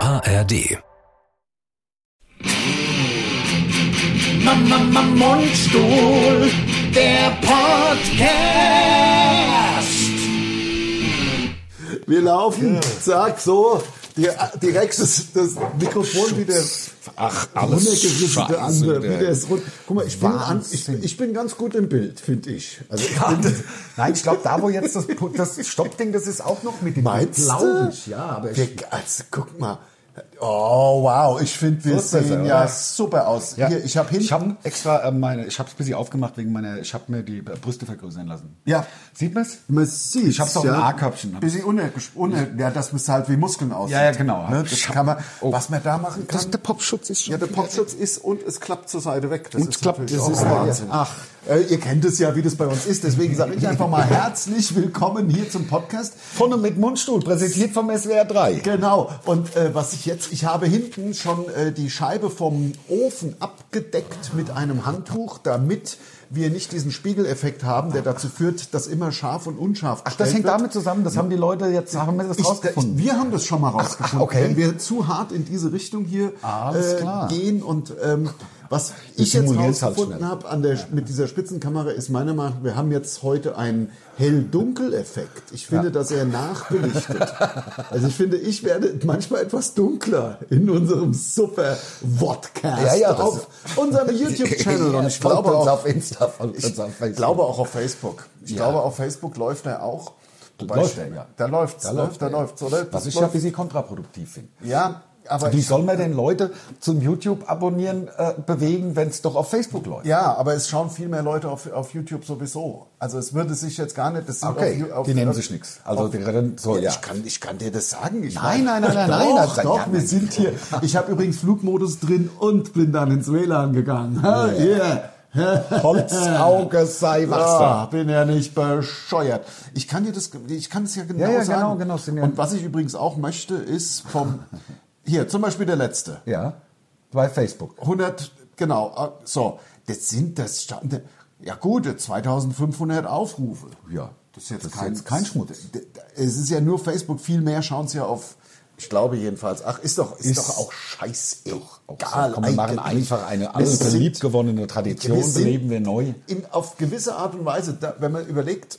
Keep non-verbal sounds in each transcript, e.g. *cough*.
ARD. Mama, Mama, Mundstuhl, der Podcast. Wir laufen, zack, so. Die, direkt das, das Mikrofon wieder Ach, runtergerissen. Der andere, der- wieder ist rund. Guck mal, ich bin, an, ich, Wahnsinn. ich bin ganz gut im Bild, finde ich. Also ich Ja, bin, das, nein, ich glaube, da wo jetzt das, Pu- das Stoppding, das ist auch noch mit dem meinst Glaube du? ich, ja, aber wir, ich, also, guck mal. Oh, wow. Ich finde, wir ist besser, sehen oder? ja super aus. ja, Hier, ich habe hinten... ich hab extra äh, meine, ich habe es ein bisschen aufgemacht wegen meiner, ich habe mir die äh, Brüste vergrößern lassen. Ja. Sieht man's? man sieht's, Ich hab's auf dem A-Körbchen. Bisschen unergesch- uner, ja, dass man halt wie Muskeln aussieht. Ja, ja, genau. Ne? Das Ich hab- kann man, oh. Was man da machen kann. Popschutz ist Ja, der Popschutz ist und es klappt zur Seite weg. Das Und es klappt, natürlich das ist auch Wahnsinn. Ach, äh, ihr kennt es ja, wie das bei uns ist. Deswegen sage ich einfach mal herzlich willkommen hier zum Podcast. Vorne mit Mundstuhl, präsentiert vom SWR 3. Genau. Und äh, was ich jetzt, ich habe hinten schon äh, die Scheibe vom Ofen abgedeckt mit einem Handtuch, damit wir nicht diesen Spiegeleffekt haben, der dazu führt, dass immer scharf und unscharf Ach, das gestellt hängt wird. damit zusammen, das haben die Leute jetzt, haben wir das Ich, rausgefunden. wir haben das schon mal rausgefunden, okay. wenn wir zu hart in diese Richtung hier Alles äh, klar. gehen und ähm, was ich jetzt simulieren's halt rausgefunden schnell. habe an der mit dieser Spitzenkamera ist meiner Meinung nach, wir haben jetzt heute einen hell-dunkel-Effekt. Ich finde, dass er nachbelichtet. also ich finde, ich werde manchmal etwas dunkler in unserem super Vodcast Ja, ja, das- auf *laughs* unserem YouTube-Channel und ich Äh, folgt glaube uns auch auf Insta, folgt uns auf ich Facebook. glaube auch auf Facebook. Ich glaube, auf Facebook läuft er auch. Wobei läuft ich- er, ja. Da läuft's, Da ne? läuft da er. läuft's, oder? was ich ja ein läuft. bisschen kontraproduktiv finde. Ja, aber Wie ich, soll man denn Leute zum YouTube-Abonnieren äh, bewegen, wenn es doch auf Facebook läuft? ja, aber es schauen viel mehr Leute auf, auf YouTube sowieso. Also es würde sich jetzt gar nicht. Das sind Okay, auf, Ju- auf, die nehmen auf, sich nichts. Also die rennen so, ja. Ich kann, ich kann dir das sagen. Ich Nein, nein, nein, nein, doch, nein, das- doch, ja, wir nein. sind hier. Ich habe übrigens Flugmodus drin und bin dann ins WLAN gegangen. Ha, yeah. Holzauge sei wachsam. Ah, bin ja nicht bescheuert. Ich kann dir das, ich kann es ja genau Ja, ja, sagen. genau, genau, sind ja- Und was ich übrigens auch möchte, ist vom, hier, zum Beispiel der letzte. Ja, bei Facebook. 100, genau, ah, so, das sind, das stand, ja gut, 2500 Aufrufe. Ja, Das ist jetzt, das ist kein, jetzt kein Schmutz. D- d- Es ist ja nur Facebook, viel mehr schauen sie ja auf, ich glaube jedenfalls, ach, ist doch, ist, Ist doch auch scheißegal. Auch so, komm, wir machen eigentlich. einfach eine Wir alte, sind- liebgewonnene Tradition, wir sind- beleben wir neu. in, auf gewisse Art und Weise, da, wenn man überlegt,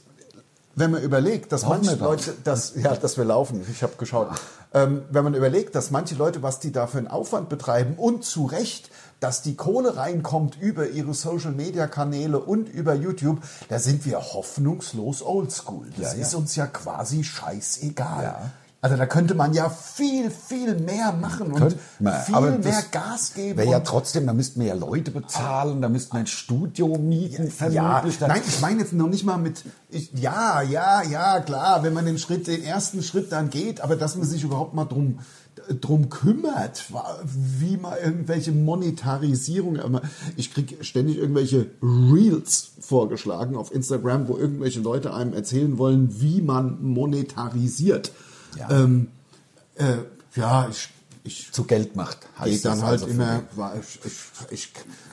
wenn man überlegt, dass Laufen manche wir Leute, dass, ja, dass wir laufen, ich habe geschaut, ähm, wenn man überlegt, dass manche Leute, was die da für einen Aufwand betreiben und zu Recht, dass die Kohle reinkommt über ihre Social-Media-Kanäle und über YouTube, da sind wir hoffnungslos oldschool. Das Ja, ja. ist uns ja quasi scheißegal. Ja. Also da könnte man ja viel, viel mehr machen und Könnte man, viel aber mehr das Gas geben. Wäre ja und- trotzdem, da müssten wir ja Leute bezahlen, da müssten wir ein Studio mieten, vermutlich. Ja, nein, ich meine jetzt noch nicht mal mit. Ich, ja, ja, ja, klar, wenn man den Schritt, den ersten Schritt dann geht, aber dass man sich überhaupt mal drum, drum kümmert, wa- wie man irgendwelche Monetarisierung. aber Ich kriege ständig irgendwelche Reels vorgeschlagen auf Instagram, wo irgendwelche Leute einem erzählen wollen, wie man monetarisiert. Ja. ähm, äh, ja ich. Ich zu Geld macht. gehe dann das halt also für immer, den. ich, ich, ich,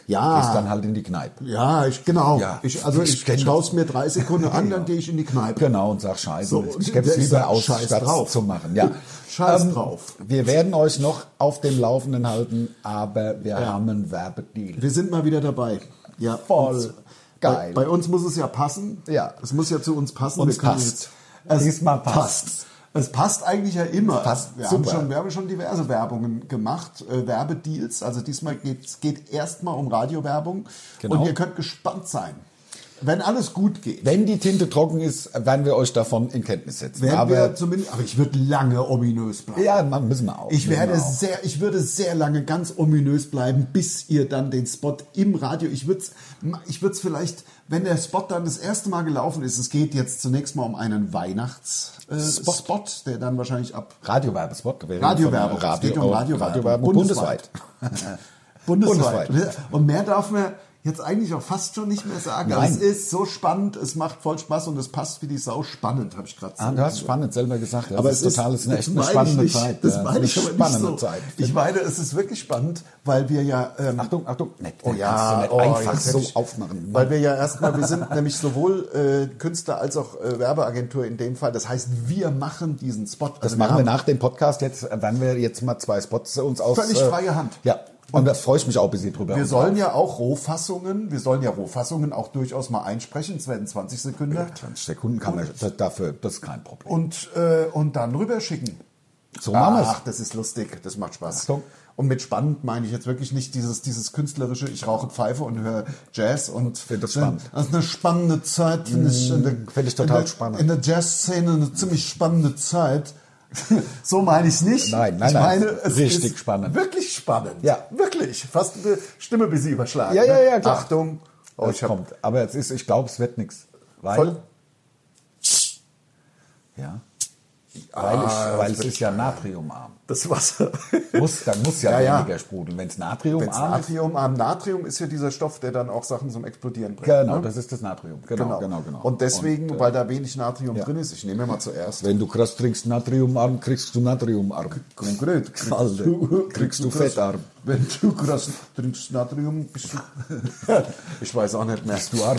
ja, Gehst dann halt in die Kneipe. ja, ich, genau. Ja. Ich, also Ich ich, kenn schaue es mir drei Sekunden an, dann gehe ich in die Kneipe. Genau, und sag Scheiße. So, ich gebe es der lieber sagt, aus, Scheiß statt drauf. zu machen. Ja. *laughs* Ähm, Scheiß drauf. Wir werden euch noch auf dem Laufenden halten, aber wir haben einen Werbedeal. Wir sind mal wieder dabei. Ja, Voll Und geil. Bei, bei uns muss es ja passen. Ja. Es muss ja zu uns passen. Uns Wir können passt. jetzt- Es Diesmal passt's. passt. Es passt eigentlich ja immer. Es passt wir, super. Haben schon, wir haben schon diverse Werbungen gemacht, äh, Werbedeals. Also diesmal geht es geht erstmal um Radiowerbung. Genau. Und ihr könnt gespannt sein, wenn alles gut geht. Wenn die Tinte trocken ist, werden wir euch davon in Kenntnis setzen. werden wir aber zumindest, aber ich würde lange ominös bleiben. ja, man, müssen wir auch. Ich Müssen werde wir auch. sehr, ich würde sehr lange ganz ominös bleiben, bis ihr dann den Spot im Radio. Ich würde es ich würd's vielleicht, wenn der Spot dann das erste Mal gelaufen ist, es geht jetzt zunächst mal um einen Weihnachtsspot, äh, Spot. Spot, der dann wahrscheinlich ab Radiowerbespot. Wir reden Radiowerbung. von Radio, es geht um Radiowerbung. Radiowerbung bundesweit. Bundesweit. Und mehr darf man, jetzt eigentlich auch fast schon nicht mehr sagen. Also Nein. Es ist so spannend, es macht voll Spaß und es passt wie die Sau spannend, habe ich gerade Ah, gesagt. du hast spannend selber gesagt. Das ist total ist eine, echt eine das meine spannende ich nicht, Zeit. Das ja. meine ich Eine aber nicht spannende so. Zeit. Ich meine, es ist wirklich spannend, weil wir ja... Ähm, Achtung, Achtung, nett. Oh Kannst du ja, nicht oh, einfach jetzt so hätte ich- aufmachen. ne? Weil wir ja erstmal, wir sind *laughs* nämlich sowohl äh, Künstler als auch äh, Werbeagentur in dem Fall. Das heißt, wir machen diesen Spot. Das Also machen wir haben- nach dem Podcast jetzt, äh, werden wir jetzt mal zwei Spots uns aus. Völlig äh, freie Hand. Ja. Und da freue ich mich auch ein bisschen drüber. Wir sollen ja auch Rohfassungen, wir sollen ja Rohfassungen auch durchaus mal einsprechen. Es werden 20 Sekunden. 20 Sekunden kann man das, dafür, das ist kein Problem. Und, äh, und dann rüberschicken. So machen wir's. Ach, das ist lustig, das macht Spaß. Achtung. Und mit spannend meine ich jetzt wirklich nicht dieses, dieses künstlerische, ich rauche Pfeife und höre Jazz und Find das spannend. Mm, Das ist eine spannende Zeit, finde ich. in der- find ich total in der, spannend. In der Jazzszene eine ziemlich spannende Zeit. *laughs* so meine ich nicht. Nein, nein, ich nein. meine, es Richtig ist spannend. Wirklich spannend. Ja. Wirklich. Fast eine Stimme bis sie überschlagen. Ja, ja, ne? ja, klar. Achtung. Oh, das ich habe kommt. Aber es ist, ich glaube, es wird nichts. Weil, voll. ja, weil, ich, weil es ist ja natriumarm. Das Wasser. Muss, dann muss ja, Ja, ja. weniger sprudeln. Wenn *laughs* es natriumarm ist, Natrium, am Natrium ist ja dieser Stoff, der dann auch Sachen zum Explodieren bringt. genau, ne? das ist das Natrium. Genau, genau, genau. Und deswegen, Und, äh, weil da wenig Natrium ja. drin ist, ich nehme mal zuerst. wenn du krass trinkst Natriumarm, kriegst du Natriumarm. Konkret, Alter, kriegst du krass- Fettarm. Wenn du krass trinkst Natrium, bist *laughs* du. ich weiß auch nicht mehr. Bist du arm.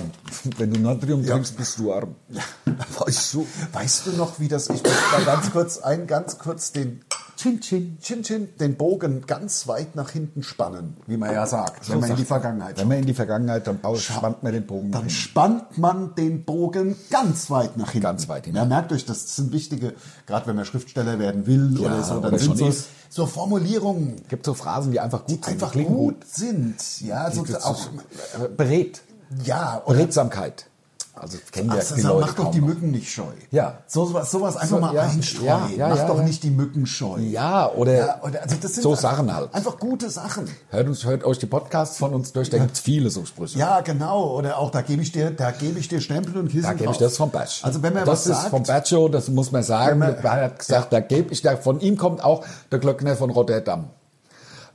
Wenn du Natrium trinkst, bist du arm. *laughs* Weißt du? Weißt du noch, wie das? Ich muss mal ganz kurz ein, ganz kurz den Chin Chin, Chin Chin, den Bogen ganz weit nach hinten spannen, wie man ja sagt, wenn man in die Vergangenheit Wenn man in die Vergangenheit, dann baust, spannt man den Bogen. dann hin. spannt man den Bogen ganz weit nach hinten. Ganz weit hin. Ja, merkt euch, das sind wichtige, gerade wenn man Schriftsteller werden will Ja, oder so, dann oder sind schon so, ist. so Formulierungen Es gibt so Phrasen, die einfach gut sind. einfach die gut, klingen gut. Also sind. Ja, so Das ist auch, so- Äh, berät. ja, und Beredsamkeit. Also das kennen ja das die ist, Leute mach doch kaum die noch. Mücken nicht scheu. Ja. So, sowas, sowas einfach So, mal ja, einstreuen. ja, ja, mach ja, doch ja. nicht die Mücken scheu. Ja, oder, Ja, oder also das sind so einfach- Sachen halt. Einfach gute Sachen. Hört, uns, hört euch die Podcasts von uns durch, da gibt es viele so Sprüche. Ja, genau. Oder auch da gebe ich dir, da gebe ich dir Stempel und Kissen. Da gebe drauf. ich das vom Batsch. Also wenn man das was ist sagt, vom Batscho, das muss man sagen. Wenn man- er hat gesagt, da gebe ich, da, von ihm kommt auch der Glöckner von Rotterdam.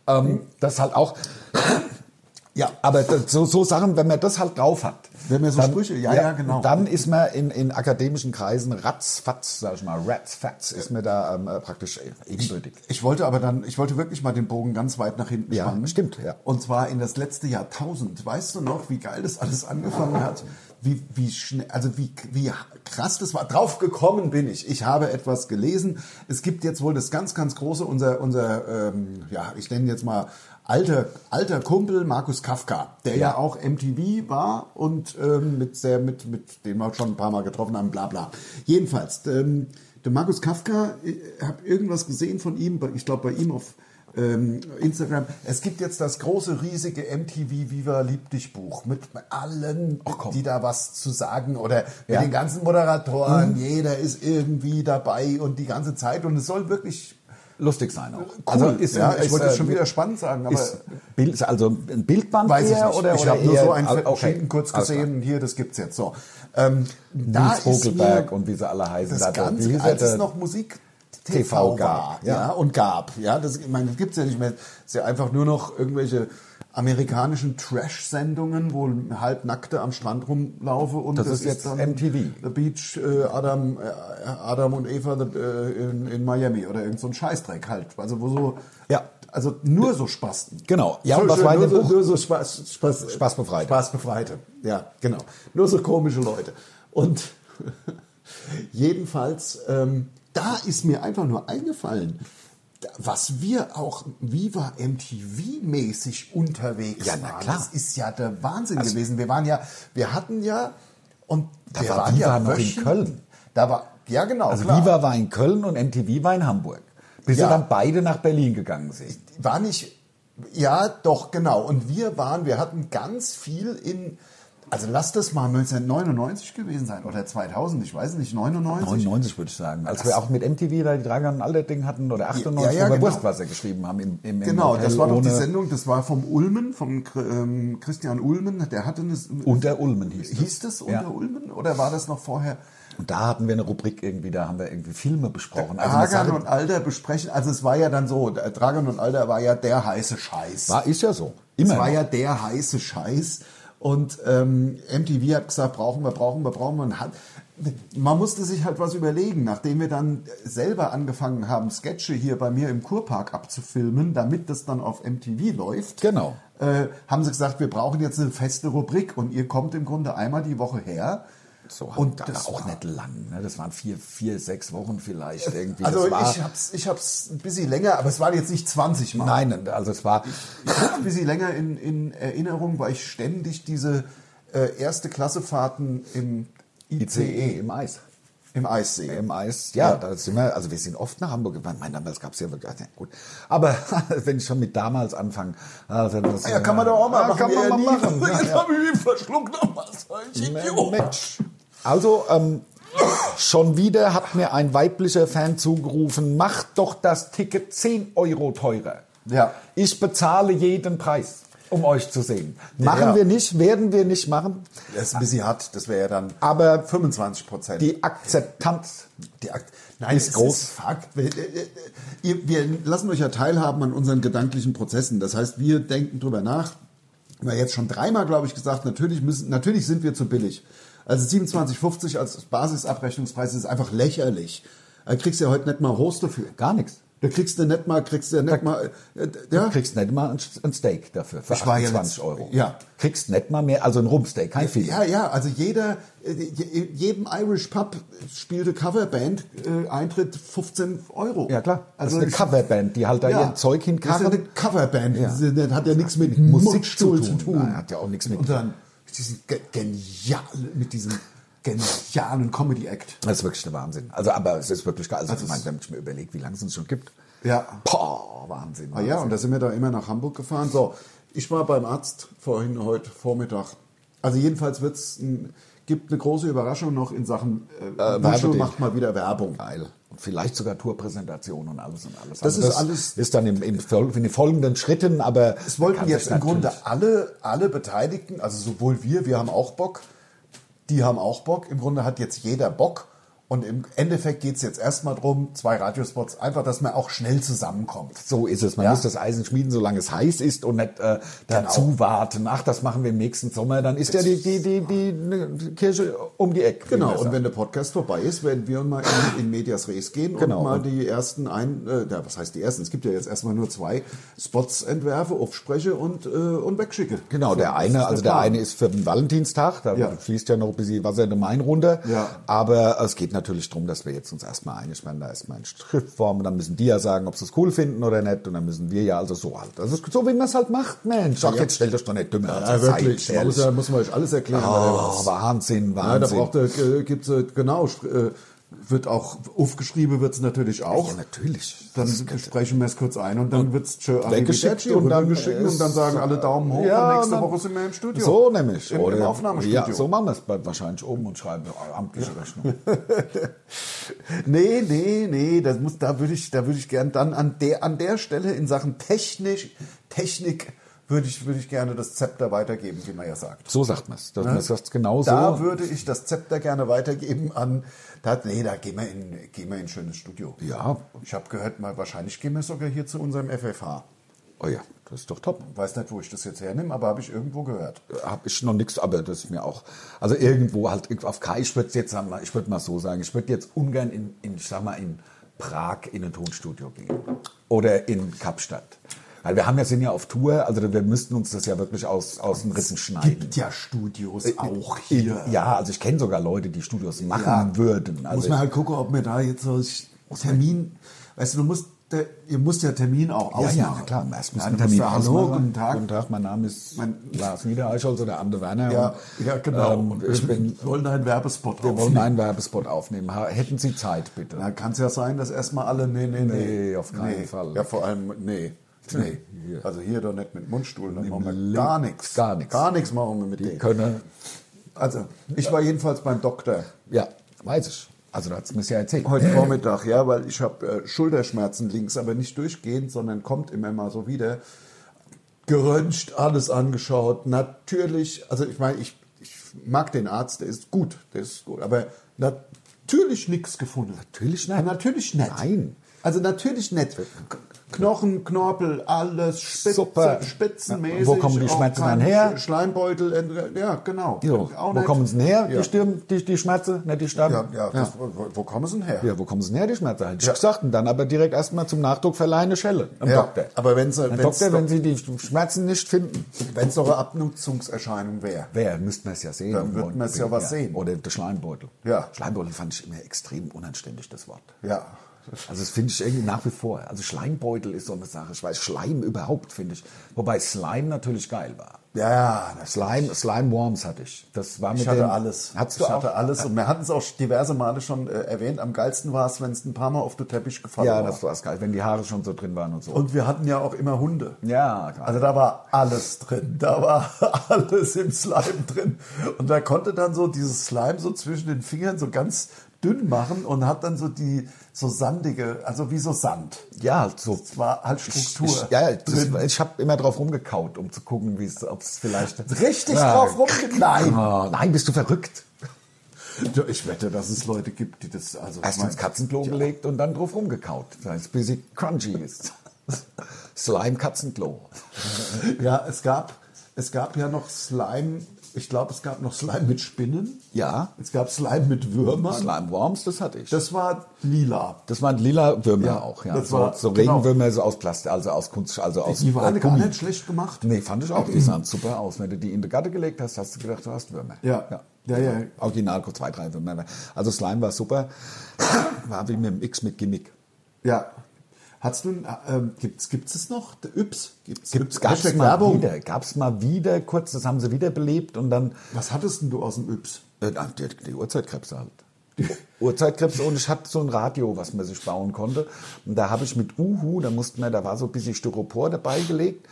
Ähm, Hm? Das halt auch, ja, aber das, so, so Sachen, wenn man das halt drauf hat. Wenn man so Sprüche- ja, ja, genau. Dann ist man in, in akademischen Kreisen ratzfatz, sag ich mal, ratzfatz, ist mir da ähm, äh, praktisch ebenbürtig. Ich wollte aber dann, ich wollte wirklich mal den Bogen ganz weit nach hinten Ja, spannen. stimmt, ja. Und zwar in das letzte Jahrtausend. Weißt du noch, wie geil das alles angefangen hat? Wie, wie schnell, also wie, wie krass das war. Drauf gekommen bin ich. Ich habe etwas gelesen. Es gibt jetzt wohl das ganz, ganz große, unser, unser, ähm, ja, ich nenne ihn jetzt mal alter, alter Kumpel Markus Kafka, der ja, auch MTV war und ähm, mit sehr, mit, mit dem wir uns schon ein paar Mal getroffen haben, bla, bla. Jedenfalls, ähm, der Markus Kafka, ich habe irgendwas gesehen von ihm, bei- ich glaube bei ihm auf ähm, Instagram. Es gibt jetzt das große, riesige MTV Viva Lieb dich Buch mit allen, die da was zu sagen oder mit Ja. Mhm. den ganzen Moderatoren. Jeder ist irgendwie dabei und die ganze Zeit und es soll wirklich Lustig sein auch. Cool. ja, Also ich wollte äh, es schon wieder spannend sagen, aber ist Bild, also ein Bildband weiß ich eher nicht. oder ich oder habe nur eher- so einen Ah, fetten okay. Schinken kurz Alles klar. gesehen und hier, das gibt's jetzt so. Ähm, da Nils ist mir- Vogelberg und wie sie alle heißen. das da- wie Ganze, hieß als er, es der- noch Musik TV TV war gab, ja. ja. und gab. Ja, das, ich meine, das gibt's ja nicht mehr. Es ist ja einfach nur noch irgendwelche amerikanischen Trash-Sendungen, wo halbnackte am Strand rumlaufe und Das ist jetzt MTV. The Beach, äh, Adam, äh, Adam und Eva the, äh, in, in Miami oder irgend so ein Scheißdreck halt. Also wo so, Ja. also nur so Spasten. Genau. Ja, so, und was schön, war in nur dem so, Buch? nur so Spaß, Spaß, Spaßbefreite. Spaßbefreite. Ja, genau. Nur so komische Leute. Und *laughs* jedenfalls, ähm, da ist mir einfach nur eingefallen, da- was wir auch Viva MTV-mäßig unterwegs Ja, na waren. klar. Also Das ist ja der Wahnsinn gewesen. Wir waren ja, wir hatten ja, und Da wir war waren Viva ja noch in wöchentlich- Köln. Da war, ja genau, Also klar. Viva war in Köln und MTV war in Hamburg. Bis Ja. sie dann beide nach Berlin gegangen sind. war nicht, ja, doch, genau. Und wir waren, wir hatten ganz viel in, also lass das mal 1999 gewesen sein oder 2000, ich weiß nicht, 99. 99 würde ich sagen. Als wir auch mit MTV da die Dragan und Allerding hatten oder 98, Ja, ja, wo wir genau. Wurstwasser geschrieben haben. Im, im, im Genau, Hotel das war doch die ohne- Sendung, das war vom Ulmen, vom Kr- ähm, Christian Ulmen, der hatte eine, Unter Ulmen hieß es. hieß das unter Ja. Ulmen oder war das noch vorher? Und da hatten wir eine Rubrik irgendwie, da haben wir irgendwie Filme besprochen. Also man Dragan sagt, und Alder besprechen, also es war ja dann so, äh, Dragan und Alder war ja der heiße Scheiß. war, ist ja so. Immer. Es war noch. ja der heiße Scheiß. Und ähm, MTV hat gesagt, brauchen wir, brauchen wir, brauchen wir. Und hat, man musste sich halt was überlegen, nachdem wir dann selber angefangen haben, Sketche hier bei mir im Kurpark abzufilmen, damit das dann auf MTV läuft. Genau. Äh, haben sie gesagt, wir brauchen jetzt eine feste Rubrik und ihr kommt im Grunde einmal die Woche her. So Und und das das auch war- nicht lang. Ne? Das waren vier, vier, sechs Wochen vielleicht irgendwie. Also das war, ich hab's, ich hab's ein bisschen länger, aber es waren jetzt nicht 20 Mal. nein, also es war Ich hab's ein bisschen länger in, in Erinnerung, weil ich ständig diese äh, erste Klassefahrten im ICE, E im Eis. im Eis sehe. Im Eis, ja, Ja. da sind wir, also wir sind oft nach Hamburg gefahren. Mein damals gab es ja wirklich, ja, gut. Aber *laughs* wenn ich schon mit damals anfange, also das, Ah Ja, kann man doch auch mal machen. Kann *laughs* man ja, mal nie. machen. Jetzt Ja, hab ich ihn verschluckt am Wasser. Ich ja. Idiot. Mensch. Also, ähm, schon wieder hat mir ein weiblicher Fan zugerufen, mach doch das Ticket 10 Euro teurer. Ja. Ich bezahle jeden Preis, um euch zu sehen. Machen Ja. wir nicht, werden wir nicht machen. Das ist ein bisschen hart, das wäre ja dann Aber 25 Prozent. die Akzeptanz Die Akt Nein, Ist es groß. ist Fakt. Wir, äh, äh, ihr- wir lassen euch ja teilhaben an unseren gedanklichen Prozessen. Das heißt, wir denken drüber nach. Wir haben jetzt schon dreimal, glaube ich, gesagt, natürlich, müssen, natürlich sind wir zu billig. Also 27,50 als Basisabrechnungspreis ist einfach lächerlich. Da kriegst du ja heute nicht mal Host dafür. gar nichts. Da kriegst du nicht mal, kriegst du nicht mal, äh, äh, ja. Du kriegst nicht mal ein ein Steak dafür, für Ich war ja 28 letzt- Euro. ja. Kriegst nicht mal mehr, also ein Rumpsteak, kein Filet. Ja, ja, also jeder, äh, je- jedem Irish Pub spielte Coverband äh, Eintritt 15 Euro. Ja, klar. Das Also ist eine Coverband, die halt da ihr Das Zeug ist hinkarren. eine Coverband. Ja. Das ist- Das hat ja nichts mit Mit Musik Mundstuhl zu zu tun. tun. Nein, hat ja auch nichts mit- Und dann mit diesem ge- genial, mit diesem genialen Comedy Act. Das ist wirklich der Wahnsinn. Also, aber es ist wirklich geil. Also, ich meine, wenn ich mir überlege, wie lange es uns schon gibt. Ja. Boah, Wahnsinn. Also Ah ja, und da sind wir da immer nach Hamburg gefahren. So, ich war beim Arzt vorhin heute Vormittag. Also jedenfalls wird's ein, gibt eine große Überraschung noch in Sachen äh, Muschel Werbeding. macht mal wieder Werbung. geil. Und vielleicht sogar Tourpräsentation und alles und alles. Das ist alles- Ist dann im, im, Fol- in den folgenden Schritten, aber. Es wollten kann jetzt sich im natürlich- Grunde alle, alle Beteiligten, also sowohl wir, wir haben auch Bock, die haben auch Bock. Im Grunde hat jetzt jeder Bock. Und im Endeffekt geht es jetzt erstmal drum, zwei Radiospots, einfach, dass man auch schnell zusammenkommt. So ist es. Man Ja. Genau. muss das Eisen schmieden, solange es heiß ist und nicht äh, dazu warten. Ach, das machen wir im nächsten Sommer. Dann ist ja die, die, die, die Kirche um die Ecke. wie Genau, man und sagt. wenn der Podcast vorbei ist, werden wir mal in, in Medias Res gehen Genau. und mal die ersten ein, äh, ja, was heißt die ersten? Es gibt ja jetzt erstmal nur zwei Spots entwerfe, aufspreche und, äh, und wegschicke. Genau, So, der das eine, ist also der Plan. eine ist für den Valentinstag, da Ja. fließt ja noch ein bisschen Wasser in den Main runter. Ja. Aber es geht natürlich darum, dass wir jetzt uns erstmal einig werden, da erstmal in Schriftform und dann müssen die ja sagen, ob sie es cool finden oder nicht. Und dann müssen wir ja also so halt. Das ist so, wie man es halt macht, Mensch. Sag, Ja. jetzt stell dich doch nicht dümmer. als Ja, ihr seid, wirklich. Man ehrlich. muss, ja, muss man euch alles erklären. Oh, Wahnsinn, Ja, da Wahnsinn. braucht er, äh, gibt's, äh, genau, spr- äh, wird auch aufgeschrieben, wird's natürlich auch. ja, natürlich. Dann sprechen wir es kurz ein und dann wird's tschö, weggeschickt arrivederci und und dann dann äh, geschickt ist- und dann sagen alle Daumen hoch und Ja, ne, nächste und dann- Woche sind wir im Studio. So nämlich. Im, im Aufnahmestudio. Ja, so machen wir es bald wahrscheinlich oben und schreiben amtliche Rechnung. Nee, nee, nee, das muss, da würde ich, da würde ich gern dann an der, an der Stelle in Sachen Technik, Technik würde ich, würde ich gerne das Zepter weitergeben, wie man ja sagt. So sagt man es. Man sagt es genau Da so. würde ich das Zepter gerne weitergeben an, da, nee, da gehen wir in, gehen wir in ein schönes Studio. Ja, Ich habe gehört, mal wahrscheinlich gehen wir sogar hier zu unserem FFH. oh ja, das ist doch top. Weiß nicht, wo ich das jetzt hernehme, aber habe ich irgendwo gehört. habe ich noch nichts, aber das ist mir auch. Also irgendwo halt auf Kai, ich würde jetzt sagen, ich würde mal so sagen, ich würde jetzt ungern in, in, ich sag mal, in Prag in ein Tonstudio gehen oder in Kapstadt. Weil wir haben ja, sind ja auf Tour, also wir müssten uns das ja wirklich aus, aus den Rissen schneiden. Gibt ja Studios auch In- hier. Ja, also ich kenne sogar Leute, die Studios machen Ja. würden. Also muss man halt gucken, ob mir da jetzt so Termin. Weißt du, du musst, der, ihr musst ja Termin auch ja, ausmachen. ja, na klar, erst muss Ja, ein du musst Termin ja, Hallo, ausmachen. guten Tag. Guten Tag, mein Name ist Mein- Lars Niedereischholz oder Ander Werner. Ja, und, ja, genau. ähm, Und ich bin wir wollen einen Werbespot Wir wollen aufnehmen. einen Werbespot aufnehmen. Ha- Hätten Sie Zeit, bitte? Da kann es ja sein, dass erstmal alle, nee, nee, nee. Nee, auf keinen Fall. Ja, vor allem, nee. *laughs* Nee, Hier. also hier doch nicht mit Mundstuhl, dann machen Leben. wir gar nichts. Gar nichts. Gar nichts machen wir mit denen. Können, Also, ich war jedenfalls beim Doktor ja, weiß ich. Also, da hat es mir ja erzählt. heute Vormittag, ja, weil ich habe äh, Schulterschmerzen links, aber nicht durchgehend, sondern kommt immer mal so wieder. Geröntgt, alles angeschaut, natürlich, also ich meine, ich, ich mag den Arzt, der ist gut, der ist gut, aber natürlich nichts gefunden. Natürlich nicht. Ja, natürlich nicht. Nein. Also natürlich nicht. Knochen, Knorpel, alles spitze, Super. spitzenmäßig. Ja, wo kommen die auch Schmerzen kein dann her? Schleimbeutel, äh, ja, genau. So, Auch wo nicht. kommen sie denn her, Ja. die, Stirn, die, die Schmerzen, nicht die Stirn? Ja, ja, Das, wo, wo kommen sie denn her? Ja, wo kommen sie denn her, die Schmerzen? Hätte ich gesagt. Und dann aber direkt erstmal zum Nachdruck verleihen eine Schelle am Ja, Doktor. aber wenn sie- Herr wenn's Doktor, doch- wenn Sie die Schmerzen nicht finden, Wenn es doch eine Abnutzungserscheinung wäre. wer, müsste man es ja sehen. Dann Im wird Mund- man's ja was sehen. Oder der Schleimbeutel. Ja. Schleimbeutel fand ich immer extrem unanständig, das Wort. Ja. Also das finde ich irgendwie nach wie vor. Also Schleimbeutel ist so eine Sache. Ich weiß, Schleim überhaupt finde ich. Wobei Slime natürlich geil war. Ja, das Slime, Slime Worms hatte ich. Das war mit Ich hatte dem- alles. Hattest du ich hatte auch? alles. Und wir hatten es auch diverse Male schon äh, erwähnt. Am geilsten war es, wenn es ein paar Mal auf den Teppich gefallen Ja, war. das war geil, wenn die Haare schon so drin waren und so. und wir hatten ja auch immer Hunde. ja, geil. Also da war alles drin. Da war *laughs* alles im Slime drin. Und da konnte dann so dieses Slime so zwischen den Fingern so ganz dünn machen und hat dann so die so sandige, also wie so Sand. ja, so Es war halt Ich, Struktur. ich, ja, ja, drin. das, ich habe immer drauf rumgekaut, um zu gucken, wie es, ob es vielleicht. *laughs* Richtig Ja. drauf rumgeknallt. Oh, nein, bist du verrückt? Ich wette, dass es Leute gibt, die das also Erst ins Katzenklo gelegt und dann drauf rumgekaut, weil es bis sie crunchy *laughs* ist. Slime Katzenklo. Ja, es gab, es gab ja noch Slime. Ich glaube, es gab noch Slime mit Spinnen. Ja. Es gab Slime mit Würmern. Slime Worms, das hatte ich. Das, Das war lila. waren lila Würmer Ja, auch, ja. das so, war- so genau. Regenwürmer so aus Plastik, also aus Kunst, also aus Die waren äh, gar Gummi. nicht schlecht gemacht. Nee, fand ich auch. Die sahen super aus. Wenn du die in die Gatte gelegt hast, hast du gedacht, du hast Würmer. Ja. Ja, ja. Original, zwei, drei Würmer. Also Slime war super. *coughs* War wie mit dem X mit Gimmick. Ja. Hat's nun, ähm, gibt's, gibt's es noch? Der Yps? Gibt's, Gibt's, Yps? gab's Hashtag mal Werbung. wieder, gab's mal wieder kurz, das haben sie wieder belebt und dann Was hattest denn du aus dem Yps? äh, die, die Uhrzeitkrebse halt. Uhrzeitkrebse und ich hatte so ein Radio, was man sich bauen konnte und da habe ich mit Uhu, da mussten wir, da war so ein bisschen Styropor dabei gelegt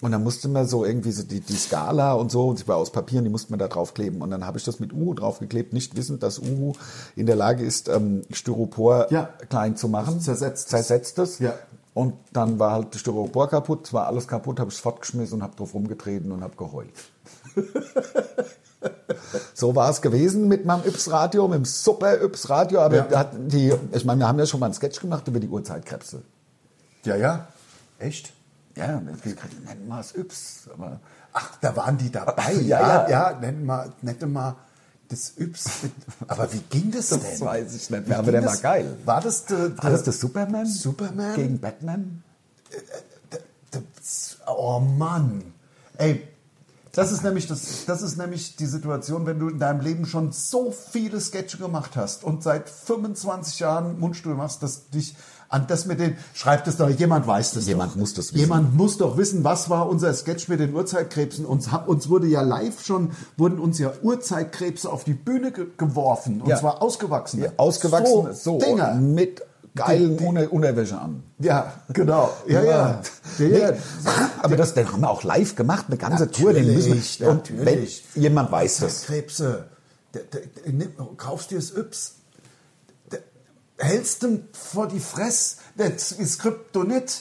und da musste man so irgendwie so die, die Skala und so, und die war aus Papier und die musste man da draufkleben und dann habe ich das mit Uhu draufgeklebt, nicht wissend, dass Uhu in der Lage ist, ähm, Styropor Ja. klein zu machen. Das zersetzt es. Zersetzt es. Ja. Und dann war halt das Styropor kaputt, es war alles kaputt, habe ich es fortgeschmissen und habe drauf rumgetreten und habe geheult. so war es gewesen mit meinem Yps-Radio, mit dem super Yps-Radio. Aber Ja. da hatten die, ich meine, wir haben ja schon mal einen Sketch gemacht über die Uhrzeitkrebse. Ja, ja. Echt? Ja, nennen wir es Yps. Aber Ach, da waren die dabei. *laughs* Ja, ja. ja nenn mal, nette mal das Yps. *laughs* Aber wie ging das denn? das weiß ich nicht Wie mehr, aber ging der war das? geil. War das der, War das der Superman? Superman? Gegen Batman? Das, oh Mann. Ey, das ist, nämlich das, das ist nämlich die Situation, wenn du in deinem Leben schon so viele Sketche gemacht hast und seit 25 Jahren Mundstuhl machst, dass dich an das mit den, schreibt es doch, jemand weiß das Jemand doch. muss das wissen. Jemand muss doch wissen, was war unser Sketch mit den Uhrzeitkrebsen. Uns, hab- uns wurde ja live schon, wurden uns ja Uhrzeitkrebse auf die Bühne ge geworfen. Und Ja. zwar ausgewachsen. Ausgewachsen, so, so, Dinger. mit Die- geilen die- Unter- Unterwäsche an. Ja, genau. Ja, ja. ja, ja. *laughs* Nee, aber das, den haben wir auch live gemacht, eine ganze Tour. Den Natürlich, müssen wir, natürlich. Und wenn, jemand weiß das. Krebse. Der, der, der, nimm, kaufst dir das Yps. Der, hältst ihm vor die Fress. Das ist Kryptonit.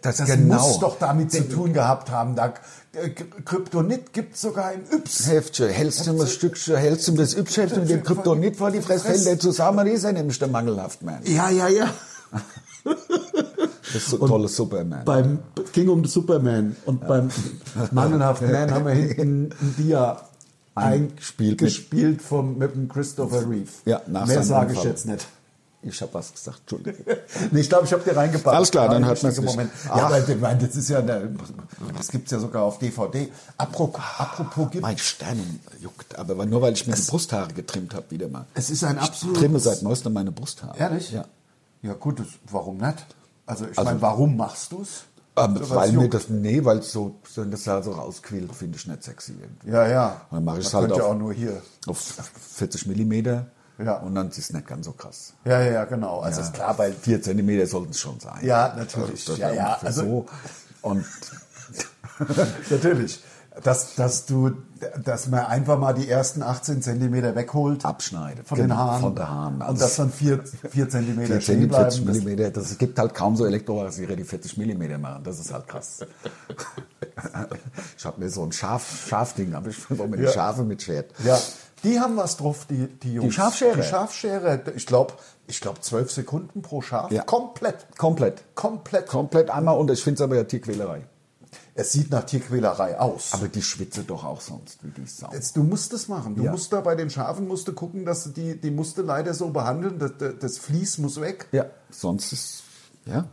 Das, Das muss doch damit zu tun gehabt haben. Da, äh, Kryptonit gibt es sogar im Yps. Heftchen, hältst du ihm das Stückchen, hältst du ihm das Übschäftchen und dem Kryptonit vor die Fresse, hält der zusammen, ist er nämlich der Mangelhaftmann. Ja, ja, ja. Das ist so ein toller Superman. Beim King um the Superman und beim *laughs* Mangelhaften Man haben wir hinten ein Dia Eingespielt mit- gespielt vom, mit dem Christopher Reeve. Ja, nach Mehr seinem sage ich Unfall. jetzt nicht. Ich habe was gesagt, Entschuldigung. nee, ich glaube, ich habe dir reingepackt. Alles klar, War dann ein hört man's wichtiger nicht. Moment. Ach. Ja, aber ich meine, das ist ja, eine, das gibt's ja sogar auf DVD. Apropos, apropos gibt Mein Stern juckt, aber weil- nur weil ich mir die Brusthaare getrimmt habe, wieder mal. Es ist ein absolut- Ich trimme seit neuestem meine Brusthaare. Ehrlich? Ja. Ja gut, das, warum nicht? Also ich Also- meine, warum machst du's? Ähm, Was weil mir juckt? das, nee, weil es so, so- das da so rausquillt, finde ich nicht sexy irgendwie. Ja, ja. Dann mache ich es Man halt könnte auf- auch nur hier. Auf 40 Millimeter. Ja. Und dann ist es nicht ganz so krass. Ja, ja, ja, genau. Also ist klar, weil 4 Zentimeter sollten es schon sein. Ja, natürlich. Das Ja, ja, ungefähr also- so. Und natürlich, dass, dass du, dass man einfach mal die ersten 18 Zentimeter wegholt. Abschneidet, Von den genau, Haaren. von den Haaren. und Also- dass dann 4 vier Zentimeter 4 stehen bleiben. Zentimeter, 40 Das- Millimeter. Das, es gibt halt kaum so Elektrorasierer, die 40 Millimeter machen. Das ist *laughs* halt krass. ich habe mir so ein Schaf, Schafding, habe ich so mit Ja. Schafe mit Schert. Ja, Die haben was drauf, die, die Jungs. Scharfschere. Die Schafschere. Ich glaube, ich glaub, zwölf Sekunden pro Schaf. Ja. Komplett. Komplett. Komplett. Komplett einmal und ich finde es aber ja Tierquälerei. Es sieht nach Tierquälerei aus. Aber die schwitze doch auch sonst wie die Sau. Jetzt, du musst das machen. Du Ja. musst da bei den Schafen musst du gucken, dass du die, die musst du leider so behandeln. Das, das- das Vlies muss weg. Ja, sonst ist. Ja.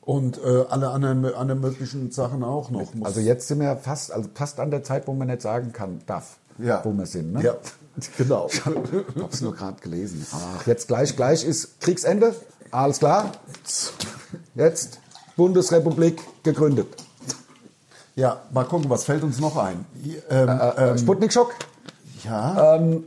Und äh, alle anderen, anderen möglichen Sachen auch noch. Muss- Also jetzt sind wir fast, also fast an der Zeit, wo man nicht sagen kann, darf, Ja. wo wir sind. Ne? Ja, *laughs* genau. Ich hab's nur gerade gelesen. Ach, jetzt gleich, gleich ist Kriegsende. Alles klar. Jetzt Bundesrepublik gegründet. ja, mal gucken, was fällt uns noch ein? Ähm, Äh, Sputnik-Schock? ja. Äh,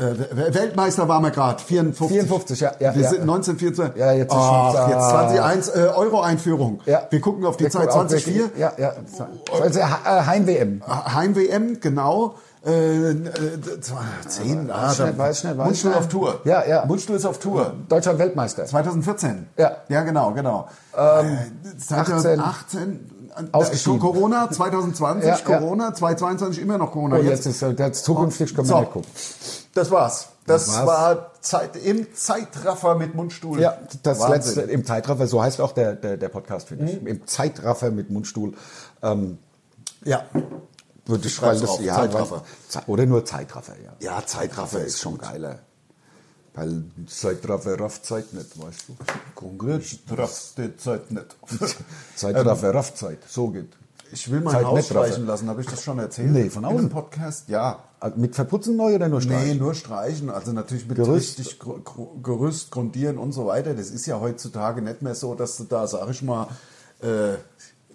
Wel- Weltmeister waren wir gerade, 54. 54, ja, ja, Wir ja. sind 1924. Ja, jetzt ist Ach, schon- jetzt 21, äh, Euro-Einführung. Ja. Wir gucken auf die Wir Zeit, Ah, gucken auf 2004. welche- Ja, ja. Also, äh, Heim-WM. Heim-WM, genau. Äh, äh, zwei- zehn, ah, schnell, da- weiß schnell, weiß Mundstuhl schnell. auf Tour. Ja, ja. Mundstuhl ist auf Tour. Deutschland Weltmeister. 2014. Ja. Ähm, Ja, genau, genau. Äh, 2018. äh, Ausgeschieden. Corona, 2020 *laughs* Ja, ja. Corona, 2022 immer noch Corona. Und jetzt ist äh, jetzt zukünftig können wir so. nicht gucken. Das war's. Das, Das war's. war Zeit, im Zeitraffer mit Mundstuhl. Ja, das Wahnsinn. Mhm. letzte im Zeitraffer, so heißt auch der, der, der Podcast, finde ich. Im Zeitraffer mit Mundstuhl. Ähm, Ja. würde ich Schreib's weil das, auf, ja, Zeitraffer. weil- Ze- Oder nur Zeitraffer, ja. Ja, Zeitraffer ist schon geiler. Weil Zeitraffer rafft Zeit nicht, weißt du. Kongress trafft die Zeit nicht. Ähm, Zeitraffer rafft Zeit, so geht. *laughs* Ich will mein Zeit Haus nicht drauf. streichen lassen, habe ich das schon erzählt? Nee, von In einem außen. Podcast? Ja. Also Mit Verputzen neu oder nur Nee, streichen? nur streichen. Also natürlich mit Gerüst. richtig Gr- Gr- Gerüst, Grundieren und so weiter. Das ist ja heutzutage nicht mehr so, dass du da, sag ich mal, äh,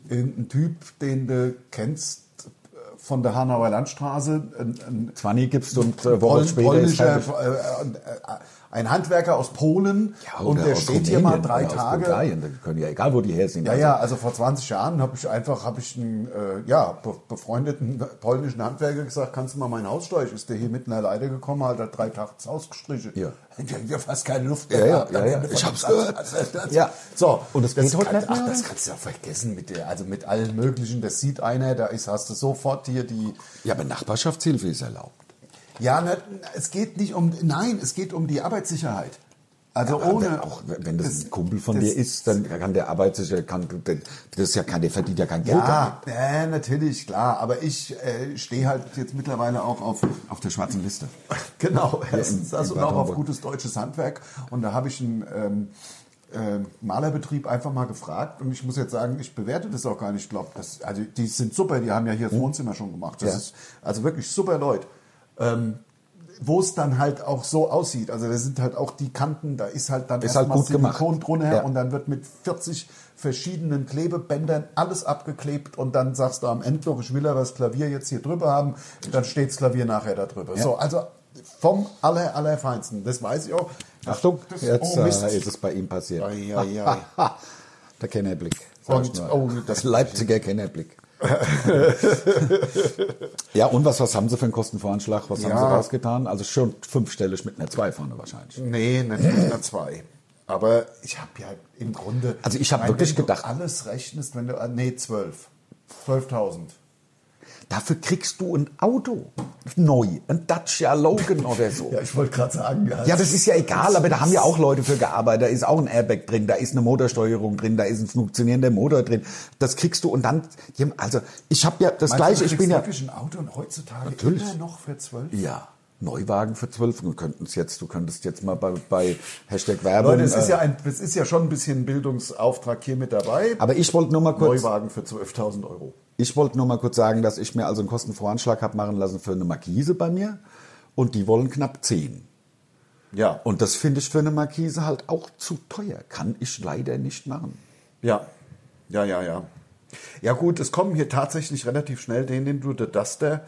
irgendein Typ, den du kennst äh, von der Hanauer Landstraße, ein, ein 20 gibst und äh, Wochen Pol später ist polnischer, fertig. äh, äh, ein Handwerker aus Polen Ja, und oder der aus steht hier mal Rumänien drei oder aus Tage. Bulgarien, die können ja, egal wo die her sind. Ja, also- ja, also vor 20 Jahren habe ich einfach, habe ich einen äh, ja, be befreundeten polnischen Handwerker gesagt, kannst du mal mein Haus streichen? Ist der hier mit einer Leiter gekommen, hat er drei Tage das Haus gestrichen. Ja. *laughs* Ich hab ja fast keine Luft Ja, ja, gehabt. ja, ja. Ich hab's gehört. Ja. So, Und das geht heute kann, nicht mehr, ach, das oder? kannst du ja vergessen mit der, also mit allen möglichen, das sieht einer, da ist, hast du sofort hier die, ja, aber Nachbarschaftshilfe ist erlaubt. ja, na, es geht nicht um, nein, es geht um die Arbeitssicherheit. Also ohne. Aber auch wenn das, ein Kumpel von das- dir ist, dann kann der Arbeitssicher, kann, das ist ja kein, der verdient ja kein Geld. damit. Ja, äh, natürlich, klar. Aber ich äh, stehe halt jetzt mittlerweile auch auf, Auf der schwarzen Liste. *laughs* genau, erstens in- das in und auch Bad auf Homburg. gutes deutsches Handwerk. Und da habe ich einen ähm, ähm, Malerbetrieb einfach mal gefragt. Und ich muss jetzt sagen, ich bewerte das auch gar nicht. Ich glaube, also die sind super. Die haben ja hier das Wohnzimmer schon gemacht. Das Ja. ist also wirklich super Leute. Ähm, wo es dann halt auch so aussieht. Also da sind halt auch die Kanten, da ist halt dann Ist halt erstmal gut gemacht. Silikon drunter Ja. und dann wird mit 40 verschiedenen Klebebändern alles abgeklebt und dann sagst du am Ende noch, ich will aber das Klavier jetzt hier drüber haben, dann steht das Klavier nachher da drüber. So, also vom aller, allerfeinsten, das weiß ich auch. Achtung, das, jetzt oh, äh, Mist. ist es bei ihm passiert. Ei, ei, ei. *laughs* der Kennerblick. sag ich Und, nur. oh, das- Leipziger Kennerblick. *laughs* ja, und was, was haben sie für einen Kostenvoranschlag? Was haben Ja. sie rausgetan? Also schon fünfstellig mit einer 2 vorne wahrscheinlich. Nee, nicht mit einer 2. Aber ich habe ja im Grunde. Also ich hab Nein, wirklich wenn du gedacht- alles rechnest, wenn du. ah, Nee, 12. 12.000. Dafür kriegst du ein Auto neu, ein Dacia Logan oder so. Ja, ich wollte gerade sagen. Ja, das ist ja egal, aber da haben ja auch Leute für gearbeitet. Da ist auch ein Airbag drin, da ist eine Motorsteuerung drin, da ist ein funktionierender Motor drin. Das kriegst du und dann, die haben- also ich habe ja das Meinst Gleiche, du, du ich bin kriegst ja... wirklich ein Auto und heutzutage Natürlich. immer noch für 12. Ja, Neuwagen für 12, du könntest jetzt, du könntest jetzt mal bei, bei Hashtag Werbung... Leute, es ist, äh, ja ein, es ist ja schon ein bisschen Bildungsauftrag hier mit dabei. aber ich wollte nur mal kurz, Neuwagen für 12.000 Euro. ich wollte nur mal kurz sagen, dass ich mir also einen Kostenvoranschlag habe machen lassen für eine Markise bei mir und die wollen knapp 10. Ja. Und das finde ich für eine Markise halt auch zu teuer. Kann ich leider nicht machen. Ja. Ja, ja, ja. Ja gut, es kommen hier tatsächlich relativ schnell denen, den du der Duster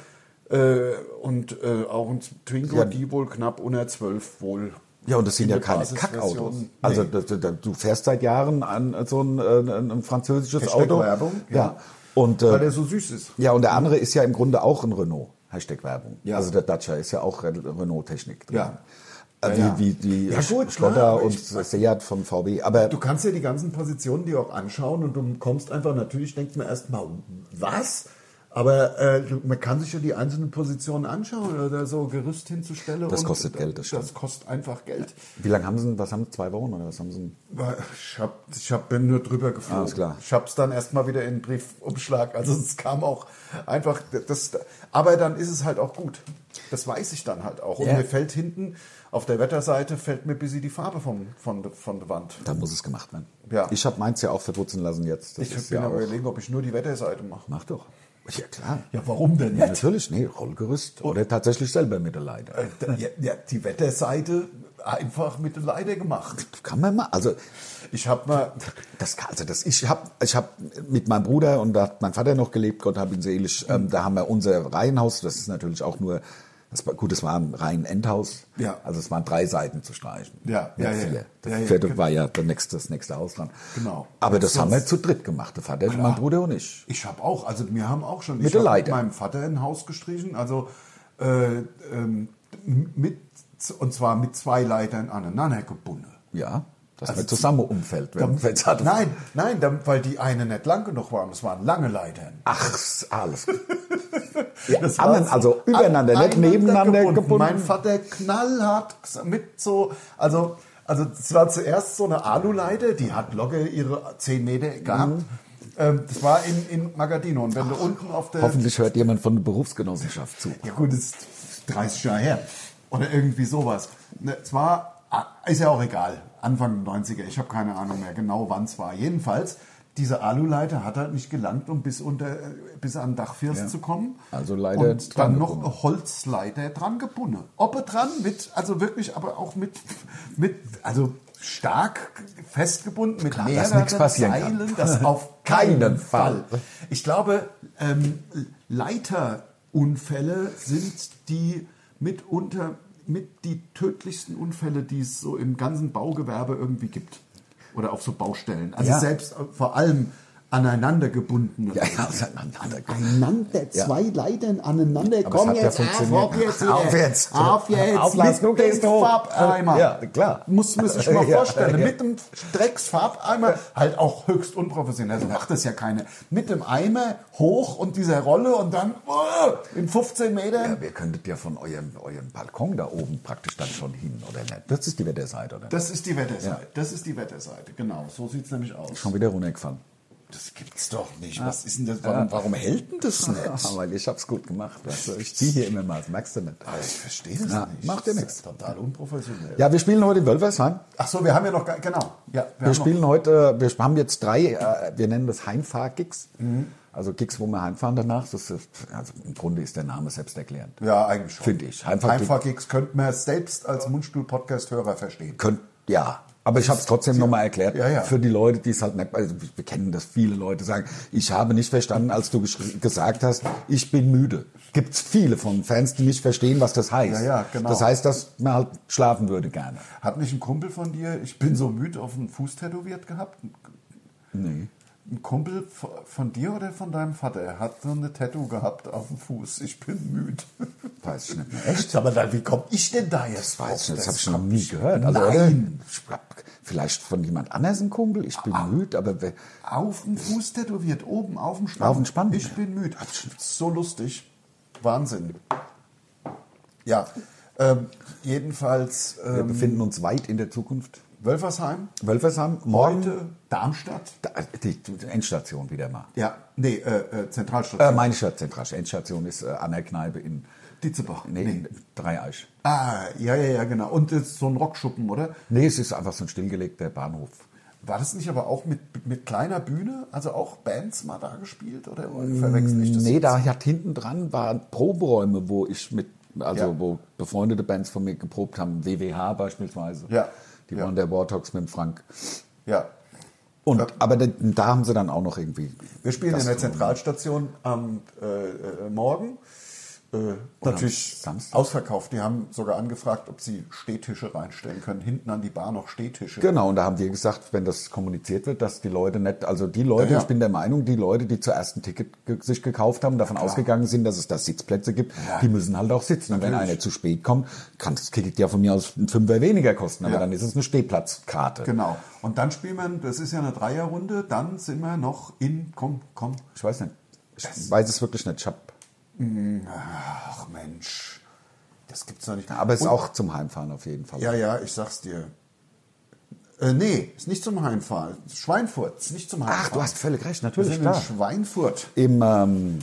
äh, und äh, auch ein Twingo, Ja. die wohl knapp unter 12 wohl. Ja, und das sind in ja der keine Basisversion. Kackautos. Nee. Also das, das, du fährst seit Jahren an so ein, äh, ein, ein französisches Hashtag Auto. Werbung, ja. ja. Und, weil der äh, so süß ist. ja, und der andere ist ja im Grunde auch ein Renault. Hashtag Werbung. Ja. Also der Dacia ist ja auch Re- Renault-Technik drin. Ja. Äh, Ja, ja. Wie, wie die Ja, gut, Skoda klar, aber und ich- Seat vom VW. Aber Du kannst dir die ganzen Positionen dir auch anschauen und du kommst einfach, natürlich denkt man erstmal, was? Aber äh, man kann sich ja die einzelnen Positionen anschauen oder so Gerüst hinzustellen. Das kostet Geld, äh, das Das, stimmt. das kostet einfach Geld. Wie lange haben sie, denn- was haben sie, zwei Wochen oder was haben sie? denn? Ich hab, ich hab, bin nur drüber geflogen. Alles klar. Ich hab's dann erstmal wieder in den Briefumschlag. Also es kam auch einfach, das, aber dann ist es halt auch gut. Das weiß ich dann halt auch. Und Ja. mir fällt hinten, auf der Wetterseite fällt mir ein bisschen die Farbe vom, von, de- von der Wand. Da muss es gemacht werden. Ja. Ich habe meins ja auch verputzen lassen jetzt. Das Ich ist bin ja am auch, überlegen, ob ich nur die Wetterseite mache. mach doch. Ja, klar. Ja, warum denn Äh, Ja, natürlich, nee, Rollgerüst oder tatsächlich selber mit der Leiter. Ja, ja, die Wetterseite einfach mit der Leiter gemacht. Kann man mal, also Ich habe mal, Das, kann- also das, ich habe ich hab mit meinem Bruder und da hat mein Vater noch gelebt, Gott hab ihn selig, Mhm. ähm, da haben wir unser Reihenhaus, das ist natürlich auch nur, das war, gut, das war ein rein Endhaus, Ja. also es waren drei Seiten zu streichen. Ja, ja, ja. vier. Das Ja, ja, vierte genau. war ja der nächste, das nächste Haus dran. Genau. Aber das Sonst- haben wir zu dritt gemacht, der Vater, mein Bruder und ich. ich habe auch, also wir haben auch schon, Mit ich der hab Leiter. meinem Vater ein Haus gestrichen, also äh, ähm, mit, und zwar mit zwei Leitern aneinander gebunden. Ja, dass Also wir zusammen umfällt. wenn man Fels hat. Nein, nein, dann, weil die eine nicht lang genug waren, das waren lange Leitern. Ach, alles. *laughs* ja, Das war anein- so also übereinander, nicht aneinander nebeneinander gebunden. Mein Vater knallhart ges- mit so, also, also es war zuerst so eine Aluleiter, die hat locker ihre 10 Meter gehabt. Mhm. Ähm, das war in, in Magadino. Und wenn du unten auf der. Hoffentlich hört jemand von der Berufsgenossenschaft zu. Ja gut, das ist 30 Jahre her. Oder irgendwie sowas. Ne, es war, ah, ist ja auch egal, Anfang der 90er, ich habe keine Ahnung mehr genau, wann es war. Jedenfalls, diese Aluleiter hat halt nicht gelangt, um bis, unter, äh, bis an den Dachfirst zu kommen. Also Leiter Und dann dran noch gebunden. eine Holzleiter dran gebunden. Oppe dran, mit, also wirklich, aber auch mit, *laughs* mit also stark festgebunden, mit Klar, dass mehreren nichts passieren kann. Seilen, das auf *laughs* Keinen keinen Fall. Fall. Ich glaube, ähm, Leiterunfälle sind die mitunter mit die tödlichsten Unfälle, die es so im ganzen Baugewerbe irgendwie gibt. Oder auf so Baustellen. Also Ja. selbst äh, vor allem aneinandergebundene. Ja, ja, also, auseinander. Aneinander, zwei Leitern aneinander. Aber es hat ja funktioniert. auf jetzt, hier. Auf jetzt. Auf jetzt. Auf, Lars, mit du gehst dem hoch. Farbeimer. Ja, klar. Muss man sich mal *laughs* Ja, vorstellen. ja. Mit dem Drecksfarbeimer, halt auch höchst unprofessionell, so macht das ja keiner. Mit dem Eimer hoch und dieser Rolle und dann oh, in 15 Metern. Ja, wir könntet ja von eurem, eurem Balkon da oben praktisch dann schon hin, oder nicht? Das ist die Wetterseite, oder? Das ist die Wetterseite. Ja. Das ist die Wetterseite, genau. So sieht es nämlich aus. schon wieder runtergefallen. Das gibt's doch nicht. Was ist denn das? Warum, warum hält denn *laughs* das Ah, weil ich hab's gut gemacht. Weißt du? Ich ziehe hier immer mal, das merkst du nicht. Ah, Ich verstehe das Ja, nicht. macht ja Das nichts. ist Total unprofessionell. Ja, wir spielen heute in Wölfersheim. Ach so, wir haben ja noch gar, genau. Ja, Wir haben spielen heute, wir haben jetzt drei, äh, wir nennen das Heimfahr-Gigs. Mhm. Also Gigs, wo wir heimfahren danach. Das ist, also Im Grunde ist der Name selbsterklärend. noch, ja eigentlich schon. Finde ich. Einfach Gigs könnte man selbst als Mundstuhl-Podcast-Hörer verstehen. könnt, ja. Aber ich habe es trotzdem nochmal erklärt. Ja, ja. Für die Leute, die es halt nicht, also wir kennen das, viele Leute sagen, ich habe nicht verstanden, als du geschri- gesagt hast, ich bin müde. Gibt's viele von Fans, die nicht verstehen, was das heißt. Ja, ja, genau. Das heißt, dass man halt schlafen würde gerne. Hat nicht ein Kumpel von dir, ich bin so müde, auf den Fuß tätowiert gehabt? Nee. Ein Kumpel v- von dir oder von deinem Vater? Er hat so eine Tattoo gehabt auf dem Fuß. Ich bin müde. Weiß ich nicht mehr. Echt? Aber dann, wie komme ich denn da jetzt Das weiß ich drauf? nicht, das habe ich noch nie gehört. Also, Nein. Oder? Ich hab vielleicht von jemand anders ein Kumpel, ich bin Ah. müde, aber wer- Auf dem Fuß tätowiert, oben auf dem Spann. Auf dem Spann. Ich bin müde. Ach, So lustig. Wahnsinn. Ja, ähm, jedenfalls wir ähm, befinden uns weit in der Zukunft. Wölfersheim, Wölfersheim, morgen heute Darmstadt. Da- die die Endstation wieder mal. Ja, nee, äh, äh, Zentralstadt. Äh, meine Stadt, Zentrasch. Endstation ist äh, an der Kneipe in, Ditzebach. nee, in Dreieich. Ah, ja, ja, ja, genau. Und das ist so ein Rockschuppen, oder? Nee, es ist einfach so ein stillgelegter Bahnhof. War das nicht aber auch mit, mit kleiner Bühne? Also auch Bands mal da gespielt? Oder verwechsel ich das? nee, jetzt? da hat hinten dran waren Proberäume, wo ich mit, also Ja. wo befreundete Bands von mir geprobt haben, WWH beispielsweise. Ja. Die Ja. waren der Wartox mit dem Frank. Ja, Und, Ja. Aber da, da haben sie dann auch noch irgendwie. Wir spielen in der Gastronomie. Zentralstation am äh, äh, Morgen. Äh, natürlich Samstag. ausverkauft. Die haben sogar angefragt, ob sie Stehtische reinstellen können. Hinten an die Bar noch Stehtische. Genau, und da haben wir gesagt, wenn das kommuniziert wird, dass die Leute nicht, also die Leute, Ja, ja. ich bin der Meinung, die Leute, die zuerst ein Ticket ge sich gekauft haben, davon ausgegangen sind, dass es da Sitzplätze gibt, die müssen halt auch sitzen. Und wenn einer zu spät kommt, kann das Ticket ja von mir aus einen Fünfer weniger kosten, aber Ja. dann ist es eine Stehplatzkarte. Genau. Und dann spielen wir, das ist ja eine Dreierrunde, dann sind wir noch in, komm, komm, Ich weiß nicht. Ich weiß es wirklich nicht. Ich hab, Ach Mensch, das gibt's noch nicht. aber es ist Und- auch zum Heimfahren auf jeden Fall. Ja, ja, ich sag's dir. Äh, nee, ist nicht zum Heimfahren. Schweinfurt, ist nicht zum Heimfahren. Ach, du hast völlig recht, Wir natürlich, sind in klar. Schweinfurt. Im, ähm,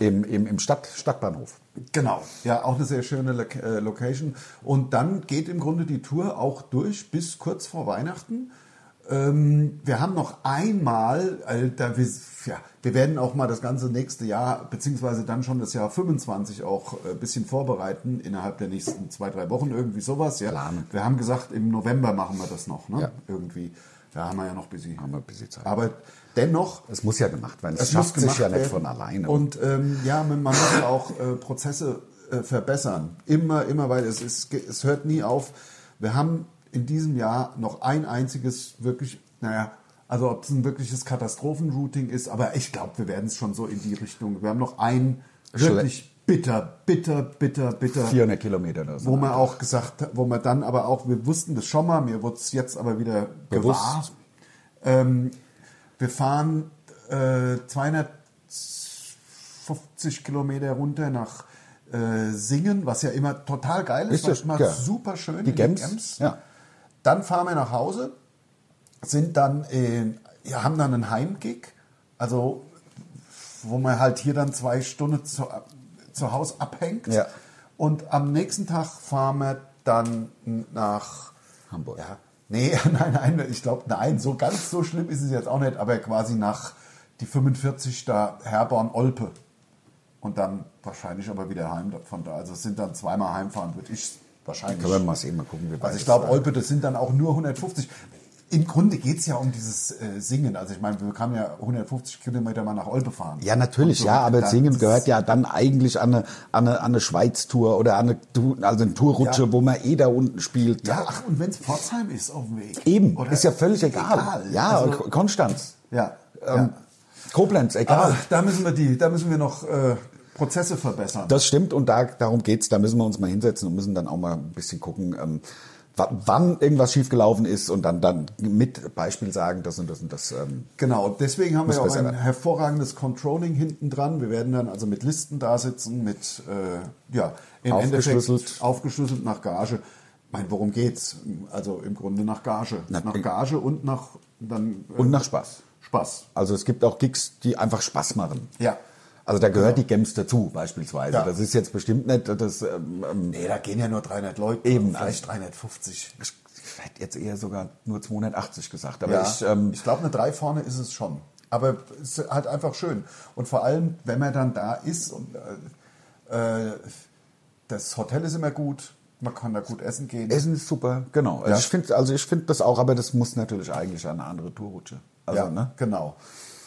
im, im, im Stadt, Stadtbahnhof. Genau. Ja, auch eine sehr schöne Lo äh, Location. Und dann geht im Grunde die Tour auch durch bis kurz vor Weihnachten. Ähm, wir haben noch einmal, Alter, wir, ja, wir werden auch mal das ganze nächste Jahr, beziehungsweise dann schon das Jahr 25 auch äh, ein bisschen vorbereiten, innerhalb der nächsten zwei, drei Wochen, irgendwie sowas. Ja. Planen. Wir haben gesagt, im November machen wir das noch, ne? Ja. Irgendwie. Da haben wir ja noch busy. Haben wir ein bisschen Zeit. Aber dennoch, Es muss ja gemacht werden. Es, es schafft muss sich gemacht ja werden. nicht von alleine. Und ähm, ja, man, man muss auch äh, Prozesse äh, verbessern. Immer, immer, weil es, es, ge- es hört nie auf. Wir haben in diesem Jahr noch ein einziges wirklich, naja, also ob es ein wirkliches Katastrophenrouting ist, aber ich glaube, wir werden es schon so in die Richtung. Wir haben noch ein wirklich bitter, bitter, bitter, bitter 400 Kilometer oder so. wo man auch gesagt, wo man dann aber auch, wir wussten das schon mal, mir wurde es jetzt aber wieder Bewusst. gewahr. Ähm, wir fahren äh, 250 Kilometer runter nach äh, Singen, was ja immer total geil ist, Ist das- manchmal ja. super schön. in die Gems. Ja. Ja. Dann fahren wir nach Hause, sind dann, in, ja, haben dann einen Heimgig, also wo man halt hier dann zwei Stunden zu, zu Hause abhängt. Ja. Und am nächsten Tag fahren wir dann nach Hamburg. Ja, nee, *laughs* nein, nein, ich glaube, nein, so ganz so schlimm ist es jetzt auch nicht, aber quasi nach die 45 da Herborn-Olpe. Und dann wahrscheinlich aber wieder heim von da. Also es sind dann zweimal heimfahren, würde ich wahrscheinlich. Können wir äh, mal sehen, mal gucken, wie weit Also ich es glaube, war. Olpe, das sind dann auch nur 150. Im Grunde geht es ja um dieses äh, Singen. Also ich meine, wir kamen ja 150 Kilometer mal nach Olpe fahren. Ja, natürlich, Und so ja, aber dann- Singen das- gehört ja dann eigentlich an eine, an eine, an eine Schweiz-Tour oder an eine, Tu- also eine Tourrutsche, Ja. wo man eh da unten spielt. Ja, ach, und wenn es Pforzheim ist auf dem Weg. Eben, Oder- ist ja völlig egal. Ja, Also, Konstanz, ja. Ah. ähm, Koblenz, ja. egal. Aber da müssen wir die, da müssen wir noch äh, Prozesse verbessern. Das stimmt und da, darum geht's. Da müssen wir uns mal hinsetzen und müssen dann auch mal ein bisschen gucken, ähm, wa- wann irgendwas schiefgelaufen ist und dann, dann mit Beispiel sagen, das und das und das. Ähm, Genau, deswegen haben wir Muss ja auch besser ein werden. hervorragendes Controlling hinten dran. Wir werden dann also mit Listen da sitzen, mit, äh, ja, im Aufgeschlüsselt. Endeffekt aufgeschlüsselt nach Gage. Ich meine, worum geht's? Also im Grunde nach Gage. Na, nach äh, Gage und nach dann äh, und nach Spaß. Spaß. Also es gibt auch Gigs, die einfach Spaß machen. Ja. Also da gehört die Gems dazu beispielsweise. Ja. Das ist jetzt bestimmt nicht, das ähm, ähm, Nee, da gehen ja nur 300 Leute. Eben, also Vielleicht 350. ich hätte jetzt eher sogar nur 280 gesagt, aber ja, ich, ähm, ich glaube, eine 3 vorne ist es schon. Aber es ist halt einfach schön. Und vor allem, wenn man dann da ist, und, äh, äh, das Hotel ist immer gut, man kann da gut essen gehen. Essen ist super, genau. Also Ja. ich finde, also ich finde das auch, aber das muss natürlich eigentlich an eine andere Tourrutsche. Also, ja, ne? genau.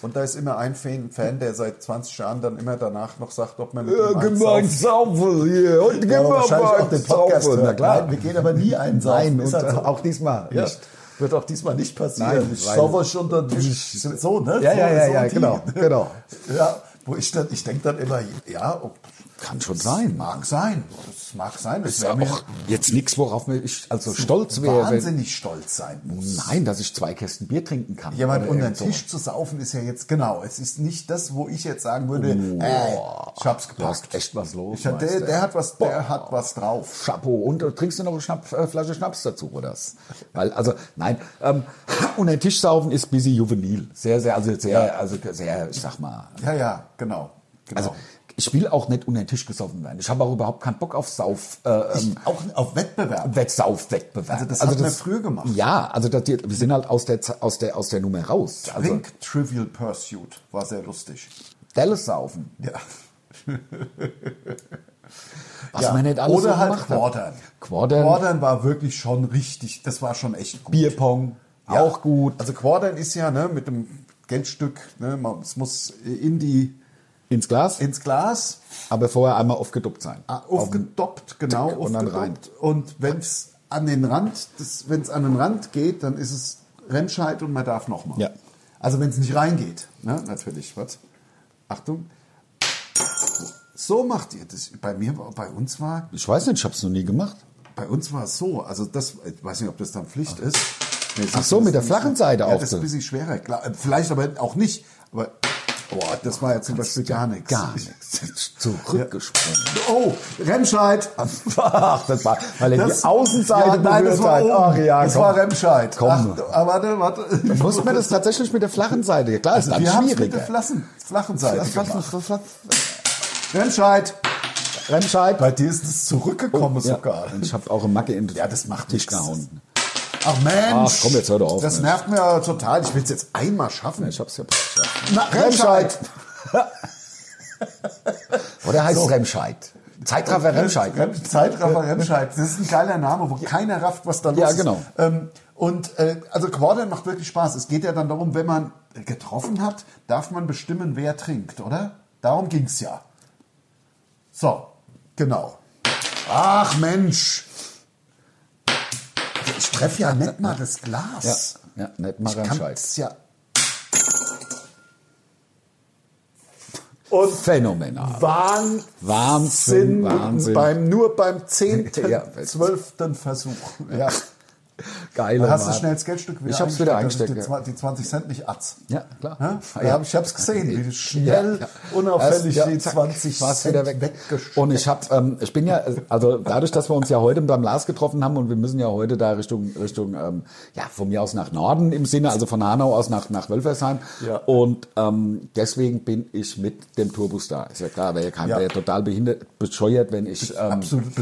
Und da ist immer ein Fan, Fan, der seit 20 Jahren dann immer danach noch sagt, ob man mit Ja, ihm gib eins mal einen saufen- Saufen hier und gib Ja, aber mal wahrscheinlich einen auch den Podcast Saufen. hören. Na klar. Nein, wir gehen aber nie einen saufen. Nein, und Ist halt so. auch diesmal Ja, nicht. Wird auch diesmal nicht passieren. Nein, ich weil- saufe schon dann so, ne? Ja, so, ja, ja, so ja, die. genau, genau. Ja, wo ich dann, ich denke dann immer, ja, ob, Kann schon sein. mag sein, das mag sein, das Ist wäre ja mir auch jetzt nichts, worauf mir ich also stolz wäre. wenn- wahnsinnig stolz sein muss. Nein, dass ich zwei Kästen Bier trinken kann. Äh, Jemand Oder unter den irgend sowas. Tisch zu saufen ist ja jetzt genau. Es ist nicht das, wo ich jetzt sagen würde, ey, ich hab's Du hast gepackt. echt was los. Ich hab, der, Meister. der hat was, der hat was drauf. Chapeau. Und äh, trinkst du noch eine Schnapp, äh, Flasche Schnaps dazu, oder? was? Weil, also, nein, ähm, unter den Tisch saufen ist busy juvenil. Sehr, sehr, also sehr, also sehr, ich sag mal. Ja, ja, genau. genau. Also, ich will auch nicht unter den Tisch gesoffen werden. Ich habe auch überhaupt keinen Bock auf Sauf, äh, ähm, auch auf Wettbewerb. Wett- Saufwettbewerb. Also das hat man früher gemacht. Ja, also das, wir sind halt aus der, Z- aus der, aus der Nummer raus. Also, Drink Trivial Pursuit war sehr lustig. Dallas saufen. Ja. Was ja. man nicht alles Oder so halt gemacht hat. Quartern. Quartern. Quartern war wirklich schon richtig, das war schon echt gut. Bierpong. Ja. Auch gut. Also Quartern ist ja ne, mit dem Geldstück, ne, man, es muss in die, Ins Glas. ins Glas, Aber vorher einmal aufgeduppt sein. ah, aufgedoppt, genau, und dann rein. aufgedoppt. Und wenn es an den Rand, wenn es an den Rand geht, dann ist es Remscheid und man darf nochmal. Ja. Also wenn es nicht reingeht, ne, natürlich, was? Achtung. So macht ihr das. Bei mir, war- bei uns war, Ich weiß nicht, ich habe es noch nie gemacht. Bei uns war es so, also das, ich weiß nicht, ob das dann Pflicht ist. Nee, es Ach ist- so, mit der ist- flachen Seite ja, auch Das ist so. ein bisschen schwerer, klar. Vielleicht aber auch nicht. Aber Boah, das war jetzt zum Beispiel gar nichts. Gar nichts. *laughs* Zurückgesprungen. Oh, Remscheid. *laughs* Ach, das war, weil er die Außenseite ja, nein, das berührt war hat. oben. Ach ja, das komm. war Remscheid. Komm. Ach, ah, warte, warte. Muss man das tatsächlich mit der flachen Seite? Klar, ist Also Wir dann haben es mit schwierig. der flachen, flachen Seite gemacht. Remscheid. Remscheid. Bei dir ist es zurückgekommen sogar. Oh, Ja, und ich habe auch eine Macke in Ja, das macht dich nichts. gehauen. Ach Mensch. Ach, komm, jetzt hör doch auf, Das Mensch. nervt mir ja total. Ich will es jetzt einmal schaffen. Ich hab's ja praktisch geschafft. Na, Remscheid. Oder heißt es Remscheid? Zeitraffer Remscheid. Rem- Zeitraffer Remscheid. Das ist ein geiler Name, wo keiner rafft, was da los Ja, ist. genau. Ähm, und äh, also Quadern macht wirklich Spaß. Es geht ja dann darum, wenn man getroffen hat, darf man bestimmen, wer trinkt, oder? Darum ging's ja. So, genau. Ach Mensch. Ich treffe ja nicht mal das Ja, Glas. ja, nicht mal Ich kann Remscheid. es ja Phänomenal. Wahnsinn, Wahnsinn, Wahnsinn. Beim, nur beim zehnten, Ja, *laughs* zwölften Versuch. Ja. Geiler Da hast du Oh Mann. schnell das Geldstück wieder Ich hab's wieder eingestellt, eingesteckt, dass ich Die, 20 die 20 Cent nicht atz. Ja, klar. Ja? Ah, Da ja. Hab, ich hab's gesehen, wie Ja, schnell, ja. unauffällig Erst, die zack, 20 war's Cent wieder weg. weggesteckt. Und ich habe, ähm, ich bin ja, äh, also dadurch, dass wir uns ja heute beim Lars getroffen haben und wir müssen ja heute da Richtung, Richtung, ähm, ja, von mir aus nach Norden im Sinne, also von Hanau aus nach, nach Wölfersheim. Ja. Und ähm, deswegen bin ich mit dem Tourbus da. Ist ja klar, wäre ja, kein- Ja. wär ja total behindert, bescheuert, wenn ich, ähm, Absolut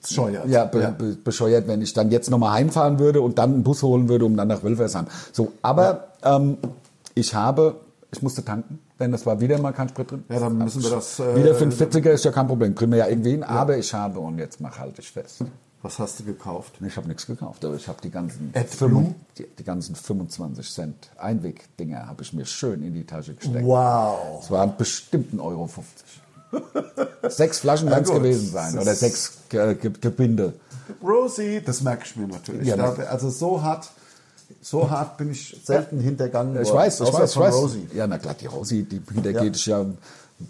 bescheuert. ja, be Be bescheuert, wenn ich dann jetzt nochmal heimfahren würde und dann einen Bus holen würde, um dann nach Wilfersheim. So, aber ähm, ich habe, ich musste tanken, denn das war wieder mal kein Sprit drin. Ja, dann müssen wir das, äh, wieder 540er ist ja kein Problem, kriegen wir ja irgendwie hin, aber ich habe, und jetzt mach halt ich fest. Was hast du gekauft? Ich habe nichts gekauft, aber ich habe die ganzen, AdBlue? fünf- die, die ganzen 25 Cent Einwegdinger habe ich mir schön in die Tasche gesteckt. Wow. Das waren bestimmt 1,50 Euro. *laughs* sechs Flaschen Ja, werden es gut. gewesen sein Das oder ist- sechs äh, Ge- Gebinde. Rosie, das merke ich mir natürlich. Ja, ne. Da- also so hart, so hart bin ich selten hintergangen Ich worden. weiß, ich Außer weiß, ich von weiß. Rosie. Ja, na klar, die Rosi, die hintergeht ich ja,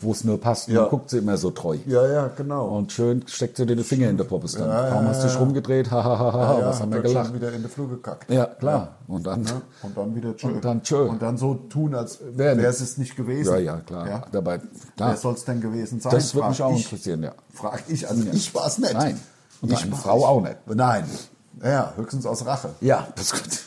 wo es nur passt. Ja. Man guckt sie immer so treu. Ja, ja, genau. Und schön steckt sie dir die Finger in der Poppes dann. Kaum hast du dich rumgedreht, hahaha, Ja, was haben wir wird schon gelacht. wieder in die Flur gekackt. Ja, klar. Und dann, Ne? Und dann wieder tschö. Und dann tschö. Und dann so tun, als wäre Wer nicht. es es nicht gewesen. *laughs* ja, ja, klar. Dabei, klar. Wer soll es denn gewesen sein? Das würde frag mich auch ich. interessieren, ja. Frag ich. Also ich war es nicht. Nein. Und deine war's Frau auch nicht. Nein. Ja, höchstens aus Rache. Ja, *laughs* das gut.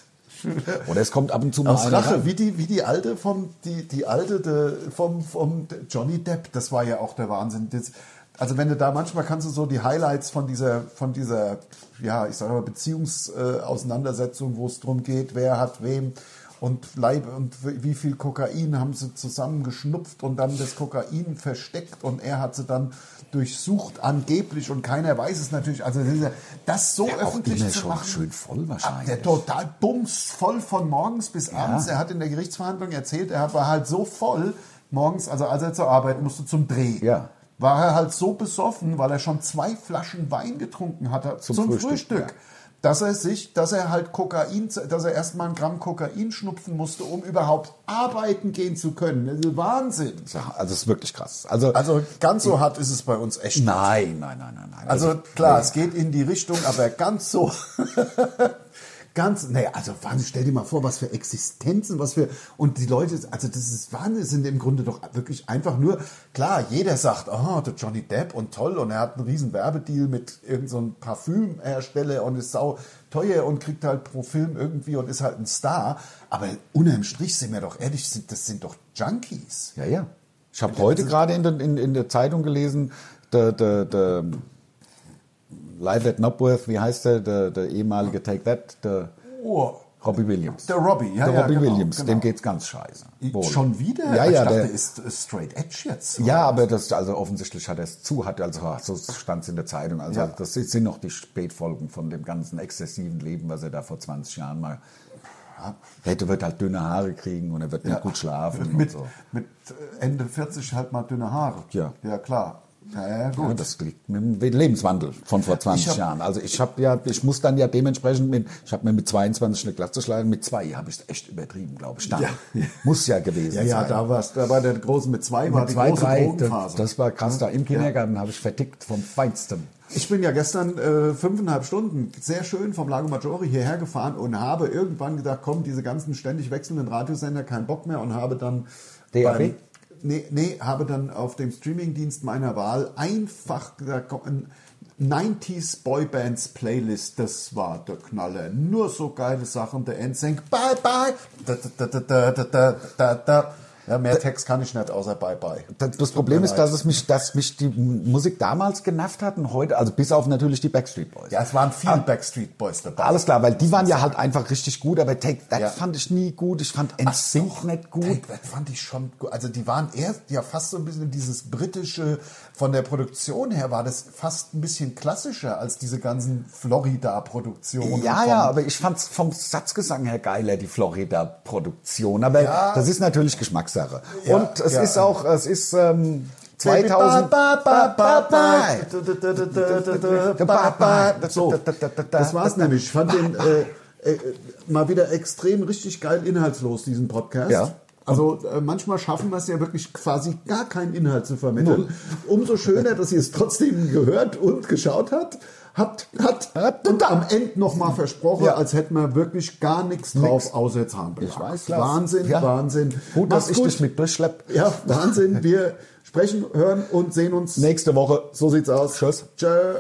Oder es kommt ab und zu mal Aus einer Rache, rein. wie die, wie die alte vom, die, die alte de, vom, vom de Johnny Depp, das war ja auch der Wahnsinn. Das, also wenn du da manchmal kannst du so die Highlights von dieser, von dieser, ja, ich sag mal, Beziehungsauseinandersetzung, äh, Auseinandersetzung, wo es drum geht, wer hat wem und Leib und wie viel Kokain haben sie zusammen geschnupft und dann das Kokain versteckt und er hat sie dann durchsucht angeblich und keiner weiß es natürlich. Also das, ist ja- das so Auch öffentlich immer zu schon machen. schön voll Der wahrscheinlich. total bumsvoll von morgens bis abends. Er hat in der Gerichtsverhandlung erzählt, er war halt so voll morgens, also als er zur Arbeit musste zum Dreh. Ja. War er halt so besoffen, weil er schon zwei Flaschen Wein getrunken hatte zum, Frühstück, Frühstück, dass er sich, dass er halt Kokain, dass er erstmal ein Gramm Kokain schnupfen musste, um überhaupt arbeiten gehen zu können. Das ist Wahnsinn. Ja, Also es ist wirklich krass. Also, Also ganz so hart ist es bei uns echt. nein, nein, nein, nein, nein. Also klar, es geht in die Richtung, aber ganz so. *laughs* ganz, naja, also Wahnsinn, stell dir mal vor, was für Existenzen, was für. Und die Leute, also das ist Wahnsinn, es sind im Grunde doch wirklich einfach nur, klar, jeder sagt, oh, der Johnny Depp und toll und er hat einen riesen Werbedeal mit irgendeinem so einem Parfümhersteller und ist sau teuer und kriegt halt pro Film irgendwie und ist halt ein Star. Aber unterm Strich sind wir doch ehrlich, sind- das sind doch Junkies. Ja, ja. Ich habe heute gerade in, der- in, in der Zeitung gelesen, der, der, der Live at Knopworth, wie heißt der, der, der ehemalige Take That, der Oh. Robbie Williams. Der Robbie, ja, Der ja, Robbie genau, Williams, genau. dem geht's ganz scheiße. Wohl. Schon wieder? Ja, ich ja, dachte, der, ist äh, Straight Edge jetzt. ja, aber das, also offensichtlich hat er es zu, hat, also ach, so stand es in der Zeitung. Also Ja. das sind noch die Spätfolgen von dem ganzen exzessiven Leben, was er da vor 20 Jahren mal hätte, wird halt dünne Haare kriegen und er wird nicht gut schlafen mit, und so. mit äh, Ende 40 halt mal dünne Haare. Ja. Ja, klar. Ja, ja, gut. Ja, Ah, das liegt mit dem Lebenswandel von vor 20 Ich hab- Jahren. Also ich habe ja, ich muss dann ja dementsprechend mit, ich habe mir mit 22 eine Glatze schlagen, mit zwei habe ich es echt übertrieben, glaube ich. Dann. Ja. Muss ja gewesen ja, ja, sein. da war's, da war der große mit zwei, war mit die zwei, große drei, das, Drogenphase. das war krass. Da im Kindergarten habe ich vertickt vom Feinsten. ich bin ja gestern äh, fünfeinhalb Stunden sehr schön vom Lago Maggiore hierher gefahren und habe irgendwann gedacht, komm, diese ganzen ständig wechselnden Radiosender, kein Bock mehr und habe dann DAB? beim- nee, nee, habe dann auf dem Streamingdienst meiner Wahl einfach da kommt ein 90s Boybands Playlist, das war der Knaller. Nur so geile Sachen, der NSYNC, bye bye, da, da, da, da, da, da, da, da. Ja, mehr Text kann ich nicht, außer bye bye. Das, das Problem ist, dass es mich, dass mich die Musik damals genervt hat und heute, also bis auf natürlich die Backstreet Boys. Ja, es waren viele Backstreet Boys dabei. Alles klar, weil die waren ja halt einfach richtig gut, aber Take That Ja. fand ich nie gut. Ich fand NSYNC nicht gut. Take That fand ich schon gut. Also die waren eher ja fast so ein bisschen dieses britische, von der Produktion her war das fast ein bisschen klassischer als diese ganzen Florida-Produktionen. Ja, vom- ja, aber ich fand's vom Satzgesang her geiler, die Florida-Produktion. Aber das ist natürlich Geschmackssache. Und es ja. ist auch, es ist ähm, Baby, 2000. bye, bye, bye, bye, bye. Bye, Bye, bye. So, das war's nämlich. Ich fand den äh, äh, mal wieder extrem richtig geil inhaltslos, diesen Podcast. Ja. Also äh, manchmal schaffen wir es ja wirklich quasi gar keinen Inhalt zu vermitteln. Umso schöner, dass ihr es trotzdem gehört und geschaut habt. Habt, habt, habt und am Ende nochmal versprochen, Ja. als hätten wir wirklich gar nichts drauf, außer Zahnbelag. Ich weiß, Klaus. Wahnsinn, Ja. Wahnsinn. Gut, Macht's dass ich dich mit durchschlepp. Ja, Wahnsinn. Wir sprechen, hören und sehen uns Nächste Woche. So sieht's aus. Tschüss. Tschö.